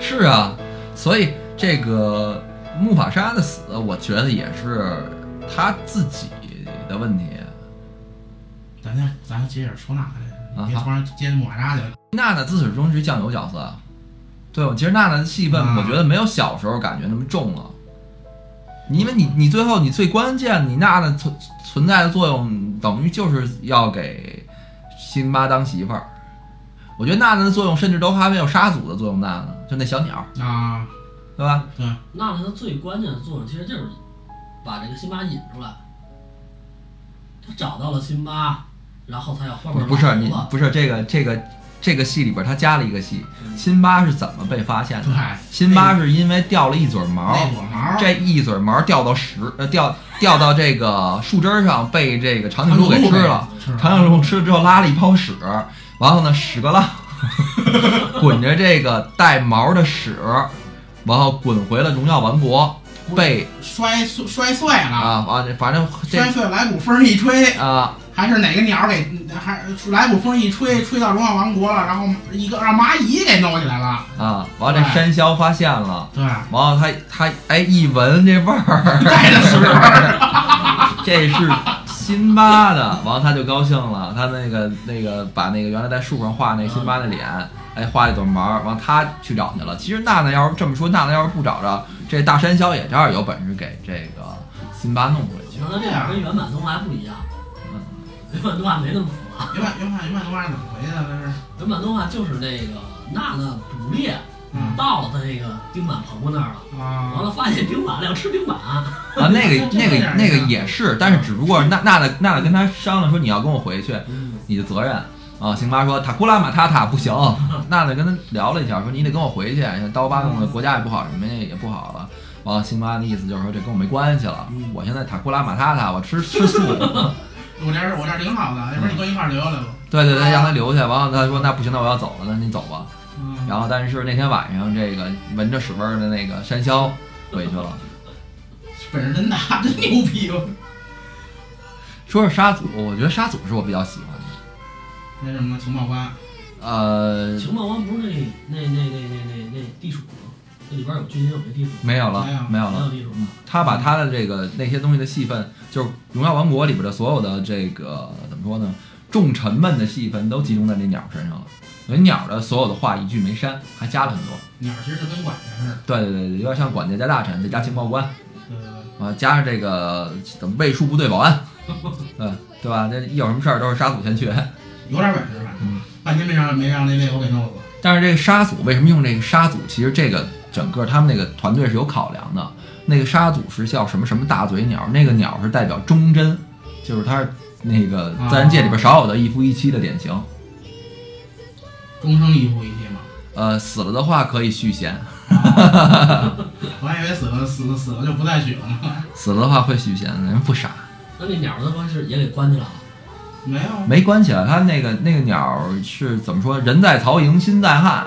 是啊，所以这个木法沙的死，我觉得也是他自己的问题。
咱先咱先接着说那个，你别突然接木板沙去了。
娜娜自始至终是酱油角色，啊对，我其实娜娜的戏份，
啊
我觉得没有小时候感觉那么重了。你因为你你最后你最关键，你娜娜存存在的作用，等于就是要给辛巴当媳妇儿，我觉得娜娜的作用甚至都还没有沙祖的作用大呢，就那小鸟，
啊，
对吧？
对，
娜娜的最关键的作用其实就是把这个辛巴引出来。他找到了辛巴，然后他要花瓣
不是
拉胡
你
子
不是这个这个这个戏里边他加了一个戏，辛巴是怎么被发现的
对？
辛巴是因为掉了一嘴毛，
那撮毛，
这一嘴毛掉到石呃掉掉到这个树枝儿上，被这个长颈鹿给吃了。
是吧
*laughs* 长颈鹿吃了之后拉了一泡屎，然后呢屎壳郎 *laughs* 滚着这个带毛的屎，然后滚回了荣耀王国，被
摔碎摔碎了，
啊啊反正这
摔碎来股风一吹，
啊
还是哪个鸟给还来股风一吹，吹到荣耀王国了，然后一个让蚂蚁给弄起来了，
啊，完了这山魈发现了。
对，
然后他他哎一闻这味
*laughs*
儿，
带着屎，
*laughs* 这是辛巴的，然后他就高兴了，他那个那个把那个原来在树上画那辛巴的脸，
嗯
哎画了一朵毛，然后他去找去了。其实娜娜要是这么说，娜娜要是不找着，这大山魈也照样有本事给这个辛巴弄回去。
那这样跟原版动画不一样，原版动画没那么复杂，
原版原版原版动画是怎么回的？这是，
原版动画就是那个娜娜捕猎
嗯
到了他那个钉板棚户那儿了，完
啊，
了发现钉板要吃钉板，
啊，那个那个
这
那个
样
也是，但是只不过娜娜娜娜娜跟他商量说你要跟我回去，你的责任啊。辛巴说塔库拉玛塔塔
*laughs*
不行，娜娜跟他聊了一下，说你得跟我回去，刀疤弄的国家也不好，什么也不好了。完了，辛巴的意思就是说这跟我没关系了，
嗯
我现在塔库拉玛塔塔，我吃 *laughs* 吃素。
我这儿我这儿挺好的，要不然你跟我一块儿留下来吧。
对对对，让他留下。完了，他说那不行，那我要走了，那你走吧。
嗯，
然后，但是那天晚上，这个闻着屎味儿的那个山魈回
*laughs*
去了。
本事真大，真牛逼！我
说是沙祖，我觉得沙祖是我比较喜欢的。
那什么情报官，
呃，
嗯情报官不是那那那那那那那地鼠吗？那里边有军营有那地鼠，
没有了
没有，
没有
没有
了。
地鼠，
他把他的这个那些东西的戏份，就是《荣耀王国》里边的所有的这个怎么说呢，众臣们的戏份都集中在那鸟身上了。那鸟的所有的话一句没删，还加了很多。
鸟其实就跟管家似的，
对对对，对有点像管家加大臣，再加情报官
对对对，
啊，加上这个怎么卫戍部队保安，嗯，对吧？这一有什么事儿都是沙祖先去。
有点本事，反正半天没让没让那猎狗给弄死。
但是这个沙祖为什么用这个沙祖？其实这个整个他们那个团队是有考量的。那个沙祖是叫什么什么大嘴鸟，那个鸟是代表忠贞，就是它是那个自然界里边少有的一夫一妻的典型。
终生一夫一妻嘛。
呃，死了的话可以续弦，
我还以为死了死了死了就不再娶了呢。
死了的话会续弦，人不傻，
那那鸟儿的关是也给关起来了，
没有，
没关系了。它那个那个鸟是怎么说？人在曹营心在汉，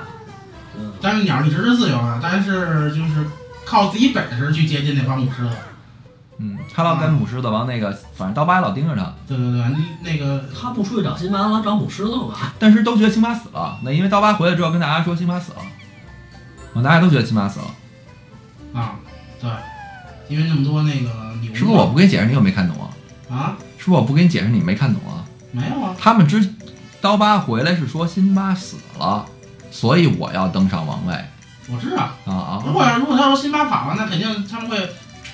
嗯，
但是鸟一直是自由的，但是就是靠自己本事去接近那帮武狮子。
嗯，他老跟母狮子王那个，反正刀疤老盯着他，
对对对，那那个
他不出去找辛巴，他找母狮子嘛，
但是都觉得辛巴死了。那因为刀疤回来之后跟大家说辛巴死了，哦大家都觉得辛巴死了。
啊，对，因为那么多那个牛嘛。
是不是我不给你解释，你又没看懂啊？
啊？
是不是我不给你解释，你没看懂啊？
没有啊，
他们之刀疤回来是说辛巴死了，所以我要登上王位
我知道。
啊啊！
如果如果他说辛巴跑了，那肯定他们会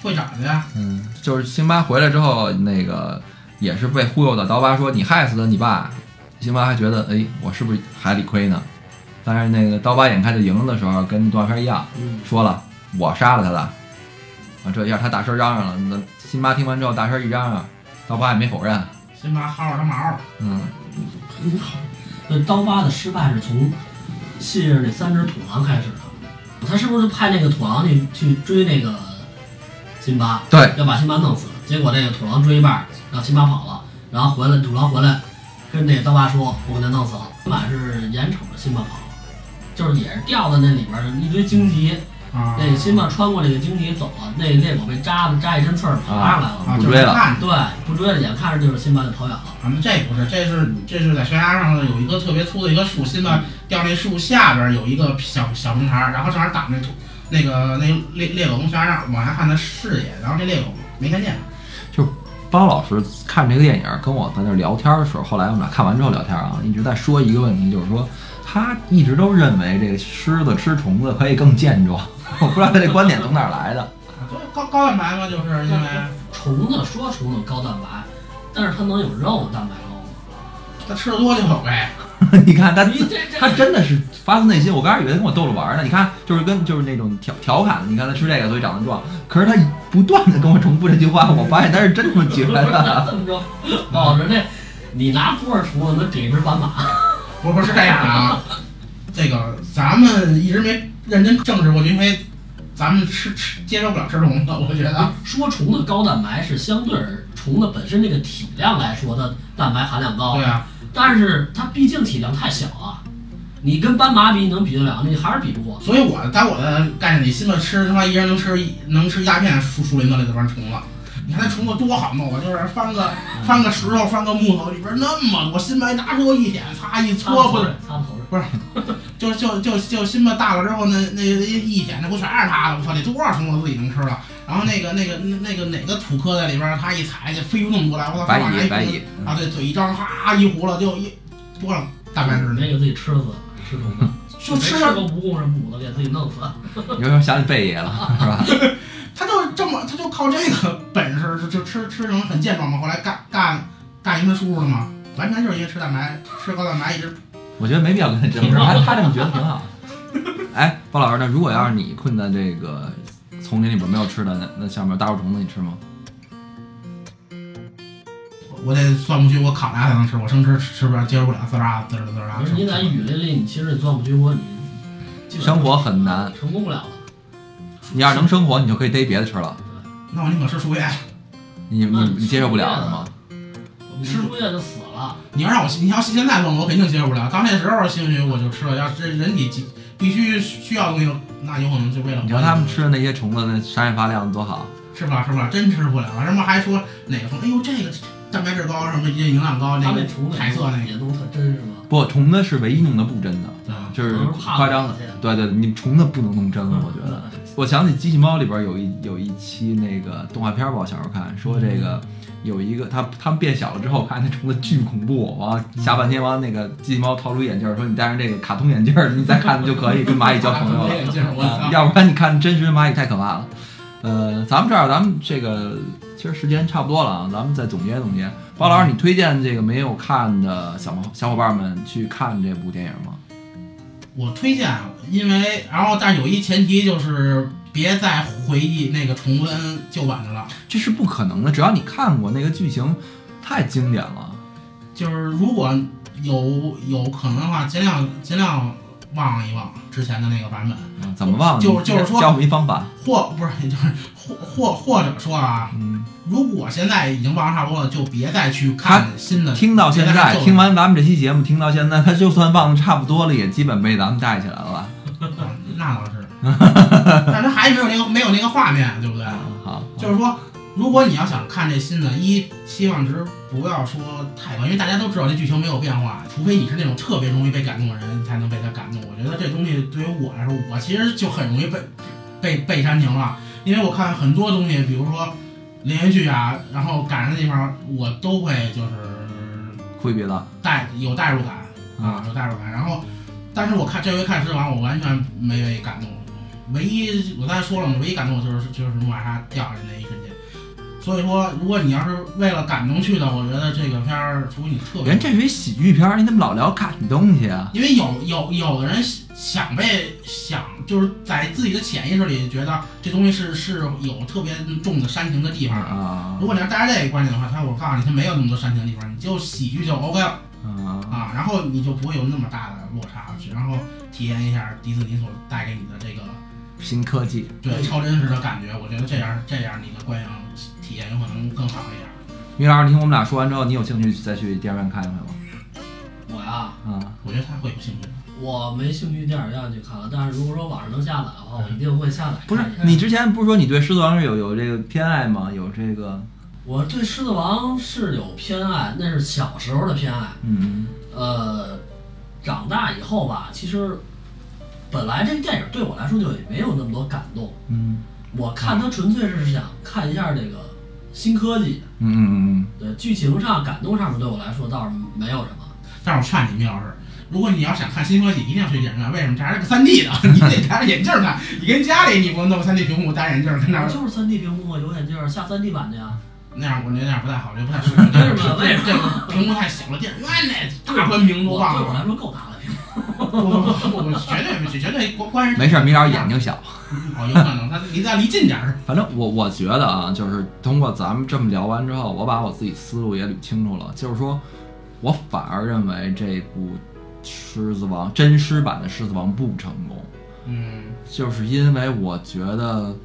会找去呀。
嗯，就是辛巴回来之后，那个也是被忽悠的。刀疤说你害死了你爸，辛巴还觉得哎，我是不是还理亏呢？但是那个刀疤眼看就赢了的时候，跟动画片一样，
嗯，
说了我杀了他的啊，这一下他大声嚷嚷了。那辛巴听完之后大声一嚷嚷，刀疤也没否认，
辛巴薅着他毛，
嗯，
那刀疤的失败是从信任那三只土狼开始的，他是不是派那个土狼去去追那个辛巴？
对，
要把辛巴弄死。结果这个土狼追一半儿，让辛巴跑了，然后回来土狼回来跟这个刀疤说：“我给他弄死了。”辛巴是眼瞅着辛巴跑了，就是也是掉在那里边儿一堆荆棘，
啊，
那个辛巴穿过这个荆棘走了，那猎狗被扎的扎一身刺儿爬上来了。
啊，
不
就是
追了
看
对，不追了，眼看着就是辛巴就跑远了。
啊，那这不是，这是这是在悬崖上有一个特别粗的一个树，辛巴掉那树下边有一个小小平台儿，然后正好挡那土那个那猎猎狗从悬崖上往下看的视野，然后这猎狗没看见，
包老师看这个电影，跟我在那儿聊天的时候，后来我们俩看完之后聊天啊，一直在说一个问题，就是说他一直都认为这个狮子吃虫子可以更健壮， *laughs* 我不知道他这观点从哪儿来的。 *laughs*
啊，就高高蛋白嘛，就是因为，
虫子说虫子高蛋白，但是它能有肉蛋白高吗？
它吃的多就有呗，
你看他
你这这
他真的是发自内心，我刚开始以为他跟我逗着玩儿呢。你看，就是跟就是那种调调侃的，你看他吃这个所以长得壮，可是他不断的跟我重复这句话，我发现他是真这么觉得。 *laughs*
这么着，抱着这，你拿多少锄头能给一只斑马？
*laughs* 不不是这样的啊，这个咱们一直没认真正视过，因为咱们吃吃接受不了吃虫子，我觉得
说虫的高蛋白是相对而虫子本身这个体量来说，它蛋白含量高
对，啊，
但是它毕竟体量太小了，你跟斑马比你能比得了，你还是比不过。
所以我在我的概念里，心里吃他妈一人能吃一能吃一大片树树林子里这帮虫子。你看那虫子多好弄，我啊就是翻个
嗯
翻个石头，翻个木头，里边那么多，新白拿出一舔，擦一
擦不
搓，
头
不
水
是， *laughs*
擦不头水。
就就就就新吧大了之后，那那一舔，那不全是它的？我操，得多少虫子自己能吃了？然后那个那个那那个哪个土坷在里边儿，它一踩就飞出那么多来，我操！
白
往那
蚁
一
白
扑
蚁，
啊，对，嘴一张，哈一糊了就一多少蛋
*laughs*
白质
你
呢？
那个自己吃死，吃虫子，
嗯就吃
没
了，
个蜈蚣什么母的给自己弄死。
有点想起贝爷了，是吧？
他就这么，他就靠这个本事就就吃吃成很健壮嘛。后来干干干一个叔叔了嘛，完全就是因为吃蛋白，吃高蛋白一直
我觉得没必要跟他
*laughs*
争，他他这么觉得挺好。 *laughs* 哎，包老师，那如果要是你困在这个丛林里边没有吃的，那那下面有大肉虫子你吃吗？
我得算不去，我烤俩才能吃，我生吃吃不了，接受不了，滋啦滋啦滋啦
可。是你在雨林里，你其实你钻不进窝，你基本上
生活很难，
成功不了了。
你要是能生活，你就可以逮别的吃了。
那我宁可吃树叶。
你你
那
你接受不了是吗？
吃树叶就死了，
你要让我，你要现在问我，我肯定接受不了。到那时候兴许我就吃了。要是人体必必须需要的东西，那有可能就为了
嗯
活
你瞧他们吃的那些虫子，那闪闪发亮多好。
吃不了，吃不了，真吃不了。什么还说哪个说，哎呦这个蛋白质高，什么这营养高，
他
那
那
个
虫子
彩色那
也都特真是吗？
不，虫子是唯一弄的不真的，
个，啊，
就是
都是怕嗯
夸张的
恶心。
对对，你虫子不能弄真了，我觉得。
得。
我想起《机器猫》里边有一有一期那个动画片吧，我小时候看，说这个有一个他他们变小了之后，看那虫子巨恐怖，完了下半天完了那个机器猫掏出眼镜儿说你戴上这个卡通眼镜儿，你再看就可以跟蚂蚁交朋
*laughs*
友了。
就是我
啊
操，
要不然你看真实的蚂蚁太可怕了。呃，咱们这儿咱们这个其实时间差不多了啊，咱们再总结总结。包老师，你推荐这个没有看的小朋小伙伴们去看这部电影吗？
我推荐，啊因为然后但是有一前提就是别再回忆那个重温旧版的了。
这是不可能的，只要你看过那个剧情，太经典了。
就是如果有有可能的话，尽量尽量忘一忘之前的那个版本，
嗯怎么忘了？
就
你
就是说
教我们一方法。
或不是就是或或或者说啊，
嗯，
如果现在已经忘差不多了，就别再去看新的。
听到现
别再
在，
看旧的
听完咱们这期节目，听到现在，他就算忘得差不多了，也基本被咱们带起来了吧？
啊那倒是， *laughs* 但是还没有那个没有那个画面，对不对？
好，
就是说，如果你要想看这新的，一期望值不要说太高，因为大家都知道这剧情没有变化，除非你是那种特别容易被感动的人，你才能被他感动。我觉得这东西对于我来说，我其实就很容易被被被煽情了，因为我看很多东西，比如说连续剧啊，然后感人的地方，我都会就是
会别的。
带有代入感
嗯
啊，有代入感。然后，但是我看这回看《狮王》，我完全没被感动。唯一我刚才说了嘛，唯一感动我就是就是努瓦莎掉下来那一瞬间。所以说，如果你要是为了感动去的，我觉得这个片儿，除非你特别
人，这是一喜剧片儿，你怎么老聊看东西啊？
因为有有有的人想被想，就是在自己的潜意识里觉得这东西是是有特别重的煽情的地方的。
啊
如果你要带着这个观点的话，他我告诉你，他没有那么多煽情的地方，你就喜剧就 OK 了。
啊！
啊，然后你就不会有那么大的落差，然后体验一下迪士尼所带给你的这个
新科技，
对超真实的感觉。我觉得这样这样你的观影体验有可能更好一点。
于老师，听我们俩说完之后，你有兴趣再去电影院看一回吗？
嗯我呀，
啊，
我觉得他会有兴趣。
我没兴趣电影院去看了，但是如果说网上能下载的话，我一定会下载看一下。
不是，你之前不是说你对《狮子王》是有有这个偏爱吗？有这个，
我对《狮子王》是有偏爱，那是小时候的偏爱。
嗯，
呃，长大以后吧，其实本来这个电影对我来说就也没有那么多感动，
嗯，
我看它纯粹是想看一下这个新科技。
嗯嗯
对剧情上、感动上面对我来说倒是没有什么。
但是我劝你们，要是如果你要想看新科技，一定要去电影院。为什么？这还是个三 D 的， *laughs* 你得戴着眼镜看。你跟家里你不能弄三 D 屏幕，戴着眼镜跟那儿
啊就是三 D 屏幕，有眼镜儿下三 D 版的呀。
那样我觉得那样不太好，我觉得不太舒服。这
为什么为什么
这这屏幕太小了，电影院那大观名都
我
忘
对我
了。
来说够大了，
我我我绝对绝对关关人
没事，米老眼睛小。
哦，有可能他离他离近点儿。
反正我我觉得啊，就是通过咱们这么聊完之后，我把我自己思路也捋清楚了。就是说，我反而认为这部《狮子王》真狮版的《狮子王》不成功，
嗯
就是因为我觉得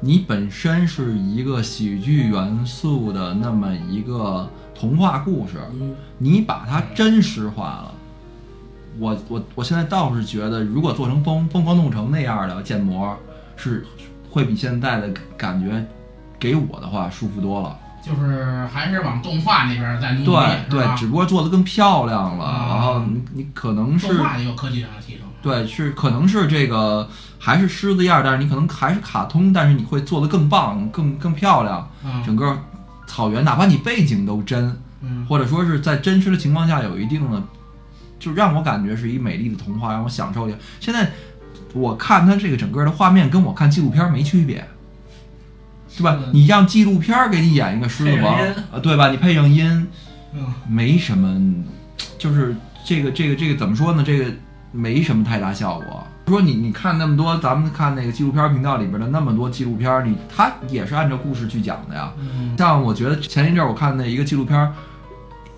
你本身是一个喜剧元素的那么一个童话故事，
嗯，
你把它真实化了。我我我现在倒是觉得，如果做成疯《疯狂动物城》那样的建模，是会比现在的感觉给我的话舒服多了。，
就是还是往动画那边儿再努力，
对
嗯是吧
对，只不过做的更漂亮了，
啊
然后你你可能是
动画也有科技上的提升。
对是可能是这个还是狮子样儿，但是你可能还是卡通，但是你会做的更棒、更更漂亮。
嗯
整个草原，哪怕你背景都真，
嗯
或者说是在真实的情况下有一定的，就让我感觉是一美丽的童话，让我享受一下。现在我看它这个整个的画面跟我看纪录片没区别，对吧
是的？
你让纪录片给你演一个狮子王
配上音，
啊，对吧？你配上音，
嗯，
没什么，就是这个这个这个怎么说呢？这个没什么太大效果。说你你看那么多，咱们看那个纪录片频道里边的那么多纪录片，你它也是按照故事去讲的呀。
嗯
像我觉得前一阵儿我看的一个纪录片，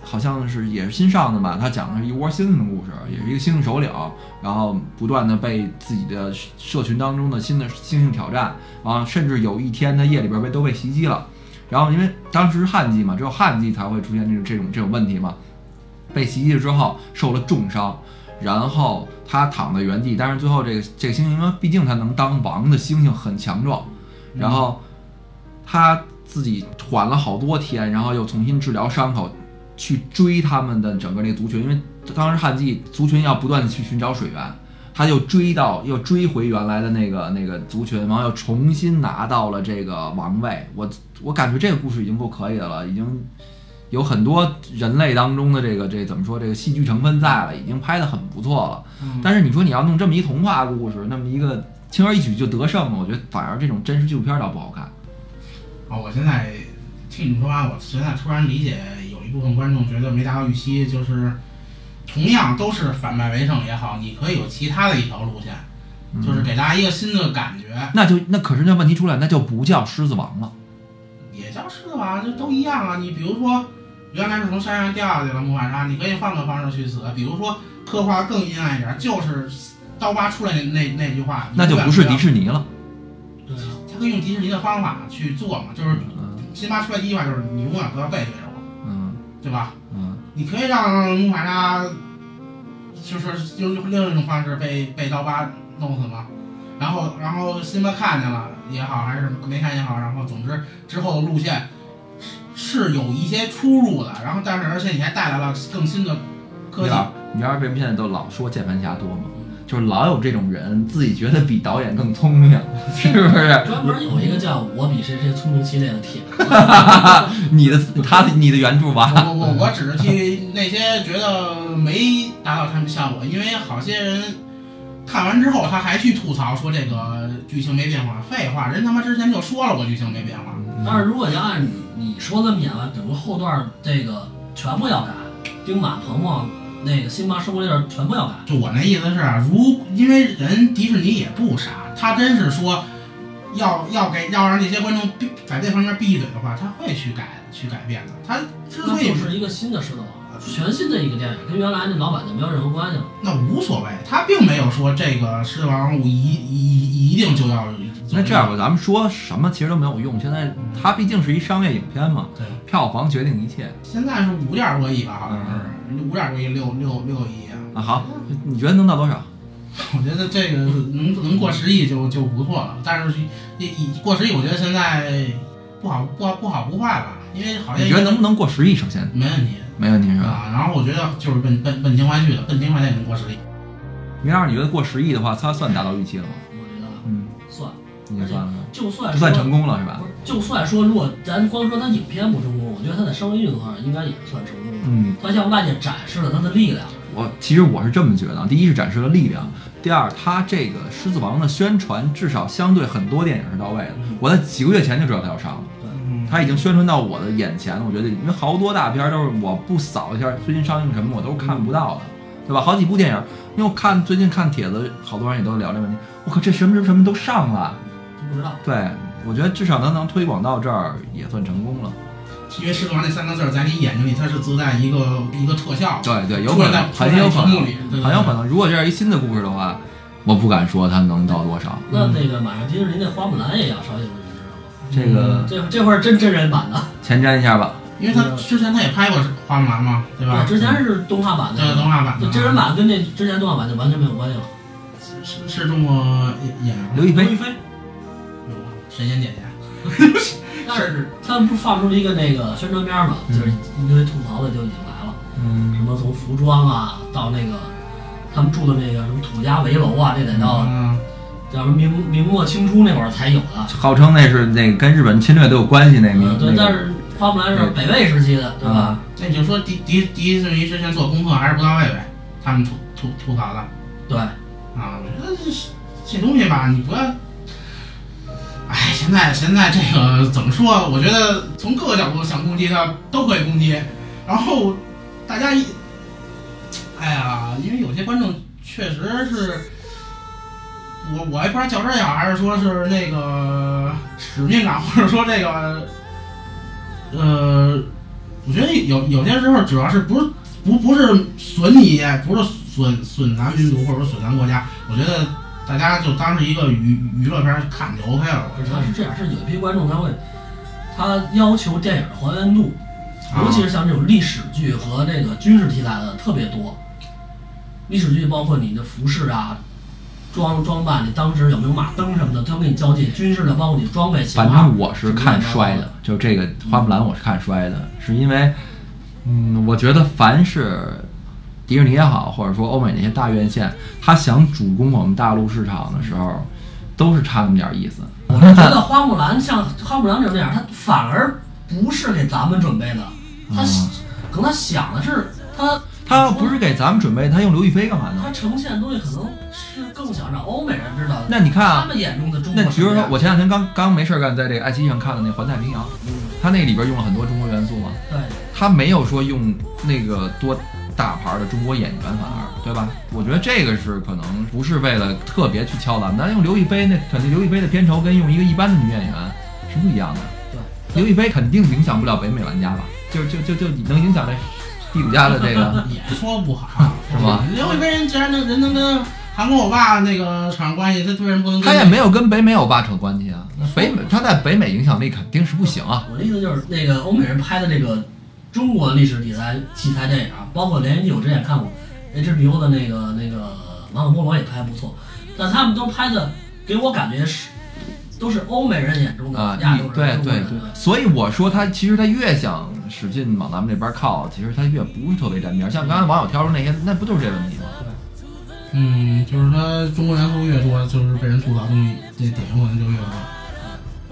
好像是也是新上的吧，它讲的是一窝猩猩的故事，也是一个猩猩首领，然后不断的被自己的社群当中的新的猩猩挑战，啊，甚至有一天他夜里边被都被袭击了，然后因为当时是旱季嘛，只有旱季才会出现这种这种这种问题嘛，被袭击了之后受了重伤，然后他躺在原地，但是最后这个这个猩猩，因为毕竟他能当王的猩猩很强壮，然后他自己缓了好多天，然后又重新治疗伤口，去追他们的整个那个族群，因为当时旱季，族群要不断的去寻找水源。他又追到，又追回原来的那个那个族群，然后又重新拿到了这个王位。我我感觉这个故事已经够可以的了，已经有很多人类当中的这个这怎么说这个戏剧成分在了，已经拍得很不错了。
嗯
但是你说你要弄这么一童话故事，那么一个轻而易举就得胜了，我觉得反而这种真实纪录片倒不好看。
哦，我现在听你们说完，我现在突然理解有一部分观众觉得没达到预期，就是同样都是反败为胜也好，你可以有其他的一条路线，就是
嗯
给大家一个新的感觉，
那就那可是那问题出来，那就不叫狮子王了。
也叫是吧，就都一样啊。你比如说，原来是从山上掉下去了木法沙，你可以换个方式去死，比如说刻画更阴暗一点，就是刀疤出来那那那句话，
那就不是迪
尼，
士尼了。
对啊，
他可以用迪士尼的方法去做嘛，就是
嗯
辛巴出来第一句话就是你永远不要背对着我，
嗯
对吧？
嗯，
你可以让木法沙，就是用另一种方式被被刀疤弄死吗？然后，然后辛巴看见了也好，还是没看也好，然后总之之后的路线是是有一些出入的。然后，但是而且你还带来了更新的科
你知
技，
道你知道为什么现在都老说键盘侠多吗？就是老有这种人自己觉得比导演更聪明， *laughs* 是不是？
*laughs* 专门有一个叫“我比谁谁聪明”系列的帖子，
你的他的你的原著吧。
我我我只是替那些觉得没达到他们效果，因为好些人看完之后他还去吐槽说这个剧情没变化，废话，人他妈之前就说了我剧情没变化，
嗯
但是如果要按你说这么演完，比如后段这个全部要改，丁满、鹏鹏那个辛巴生活地儿全部要改，
就我那意思是啊，如因为人迪士尼也不傻，他真是说要要给要让这些观众闭在这方面闭嘴的话，他会去改去改变的。他之
那
所以
就
不
是一个新的狮子
嗯
王，全新的一个电影，跟原来那老版就没有任何关系了。
那无所谓，他并没有说这个狮子王我一一一定就要
那这样吧，咱们说什么其实都没有用。现在它毕竟是一商业影片嘛，
对，
票房决定一切
现在是五点多亿吧，好像是
嗯
五点多亿六六六亿啊。 *laughs*
啊。好，你觉得能到多少？
我觉得这个能能过十亿就就不错了，但是一一过十亿，我觉得现在不好不好不好不坏吧，因为好像
你觉得能不能过十亿？首先
没问题。
没问题是吧？
啊，然后我觉得就是奔奔奔情怀去的，奔情怀那能过实力。
明儿你觉得过十亿的话，它算达到预期了吗？
我觉得啊
嗯，
算，
你就算了吧，
就算说
这算成功了是吧
不？是就算说，如果咱光说它影片不成功，我觉得它在商业运作上应该也算成功的。
嗯，
它向外界展示了它的力量。
我其实我是这么觉得，第一是展示了力量，第二它这个《狮子王》的宣传至少相对很多电影是到位的。我在几个月前就知道它要上了，
嗯，
它已经宣传到我的眼前了。我觉得，因为好多大片儿都是我不扫一下最近上映什么，我都看不到的，
嗯
对吧？好几部电影，因为我看最近看帖子，好多人也都聊这问题。我靠，这什么什么什么都上了，
都不知道。
对我觉得至少它能推广到这儿也算成功了。
因为狮子王那三个字儿在你眼睛里，它是自带一个一个特效，
对对，有
出
可
现在
能，
出
很有
现在
可
屏幕
能，
里，
嗯
对对
很有
对
可能。如果这是一新的故事的话，我不敢说它能到多少。
嗯
那那个马上迪士尼那花木兰也要上映了，你知道吗？
这个
这这会儿真真人版的，
前瞻一下吧，
因为他之前他也拍过花木兰嘛，对吧？
之前是动画版
这个
的，
动画版的
就真人版跟这之前动画版就完全没有关系了。
是是中国演员吗
刘亦菲
刘亦菲，
有吗神仙姐姐，
但是他们不是放出了一个那个宣传片嘛，
嗯
就是一堆吐槽的就已经来了，
嗯，
什么从服装啊到那个他们住的那个什么土家围楼啊，这得到
嗯，
叫什么明明末清初那会儿才有的。
号称那是那个跟日本侵略都有关系那名
嗯，，对，
那个
但是花木兰是北魏时期的，对吧
啊？
那你就说迪迪迪士尼之前做功课还是不到位呗，他们吐吐吐槽的
嗯
对，
啊，我觉得这是这东西吧，你不要。哎，现在现在这个怎么说？我觉得从各个角度想攻击它都可以攻击，然后大家一，哎呀，因为有些观众确实是，我我也不知道较真儿也好，还是说是那个使命感，或者说这个，呃，我觉得有有些时候主要是不是不不是损你，不是损损咱民族或者说损咱国家，我觉得大家就当是一个娱娱乐片儿看就 OK 了。我
不是
觉
他
得
是这样，是有一批观众他会，他要求电影的还原度，
啊
尤其是像这种历史剧和这个军事题材的特别多。历史剧包括你的服饰啊、装装扮，你当时有没有马灯什么的，他会给你交界。军事的包括你装备、型号
反正我是看衰
啊
的，，就这个花木兰我是看衰的，是因为，嗯，我觉得凡是迪士尼也好，或者说欧美那些大院线，他想主攻我们大陆市场的时候，都是差那么点意思。
我是觉得花木兰像花木兰这种电影，它反而不是给咱们准备的，他
嗯
可能他想的是他
他要不是给咱们准备，他用刘亦菲干嘛呢
他？呈现的东西可能是更想让欧美人知道的。
那你看啊
他们眼中的中国啊
那
什么样，
比如说，我前两天刚刚没事儿干，在这个爱奇艺上看的那《环太平洋》，它那里边用了很多中国元素嘛，
对
它没有说用那个多大牌的中国演员，反而对吧？我觉得这个是可能不是为了特别去敲咱，但用刘亦菲那肯定刘亦菲的片酬跟用一个一般的女演员是不一样的。
对，
刘亦菲肯定影响不了北美玩家吧？就就就就能影响这第五家的
*laughs*
这个
也说不好，
是吗？
刘亦菲人既然能人能跟韩国欧巴那个扯上关系，他对人不能跟
他也没有跟北美欧巴扯关系啊，那北美他在北美影响力肯定是不行啊。
我的意思就是那个欧美人拍的这个中国历史题材题材电影啊，包括连续剧我之前也看过，HBO 的那个那个《马可波罗》也拍得不错，但他们都拍的给我感觉是都是欧美人眼中的
啊，
亚
你
洲人，中
对
国
对
人
对，所以我说他其实他越想使劲往咱们这边靠，其实他越不是特别沾边儿。像刚才网友挑出那些，那不就是这问题吗？
嗯，就是他中国元素越多，就是被人吐槽东西，这点可能就越多。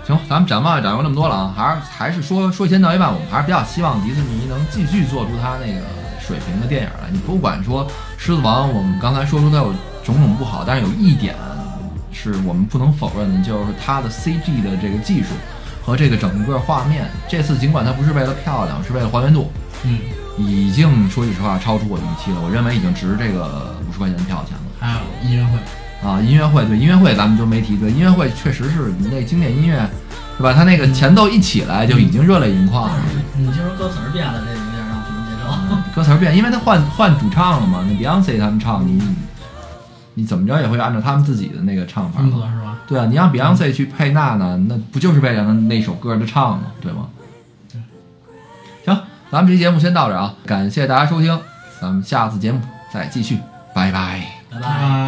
行，咱们展望展望这么多了啊，还是还是说说一千道一万，我们还是比较希望迪士尼能继续做出它那个水平的电影啊来。你不管说《狮子王》，我们刚才说出它有种种不好，但是有一点是我们不能否认的，就是它的 CG 的这个技术和这个整个画面。这次尽管它不是为了漂亮，是为了还原度，
嗯，
已经说句实话超出我的预期了，我认为已经值这个五十块钱的票钱了。
还有音乐会，
啊，音乐会对音乐会咱们就没提，对音乐会确实是你那经典音乐，是吧？它那个前奏一起来就已经热泪盈眶了，
啊你接受歌词儿变了，这有点让我不能接受。 *laughs*
歌词儿变，因为它换换主唱了嘛，那 Beyonce 他们唱你你怎么着也会按照他们自己的那个唱法
风
嘛。
格是吧？
对啊，你让 Beyonce 去配娜娜，那不就是为了让那首歌的唱吗？对吗？行，咱们这期节目先到这儿啊，感谢大家收听，咱们下次节目再继续，拜拜。
拜
拜
拜。
拜。